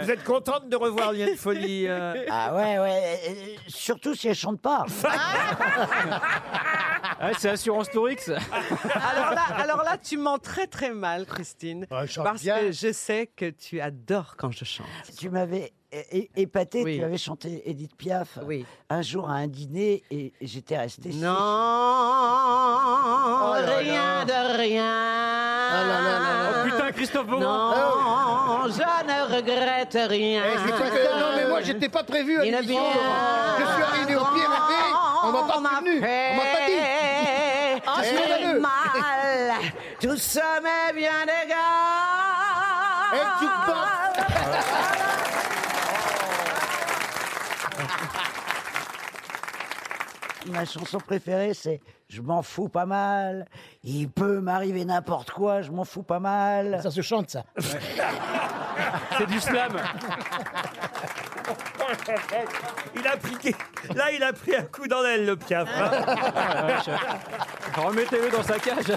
vous êtes contente de revoir Liane Folie euh Ah ouais, ouais. et- et Surtout si elle chante pas. Ah, c'est Assurance Tourix. Alors là, alors là, tu mens très très mal, Christine. Ouais, Ah. je chante parce bien. que je sais que tu adores quand je chante. Tu m'avais é- é- épaté, Oui. tu avais chanté Edith Piaf Oui. un jour à un dîner et j'étais resté. Non, Oh là Oh, rien là. de rien. Ah là là là Oh putain, Christophe Beaugrand. Non, je ne regrette rien. Ah Eh, c'est quoi que- non, mais moi, j'étais pas prévu à Ah, Il est l'émission. bien. Ah, Je suis arrivé au pied levé. On m'a pas prévenu. On m'a pas dit. On Eh, se scandaleux. mal. Tout ça m'est bien d'égal. Eh, tu te Ma chanson préférée, c'est Je m'en fous pas mal. Il peut m'arriver n'importe quoi, je m'en fous pas mal. Ça se chante, ça. C'est du slam. Il a pris... Là, il a pris un coup dans l'aile, le Piaf. Remettez-le dans sa cage.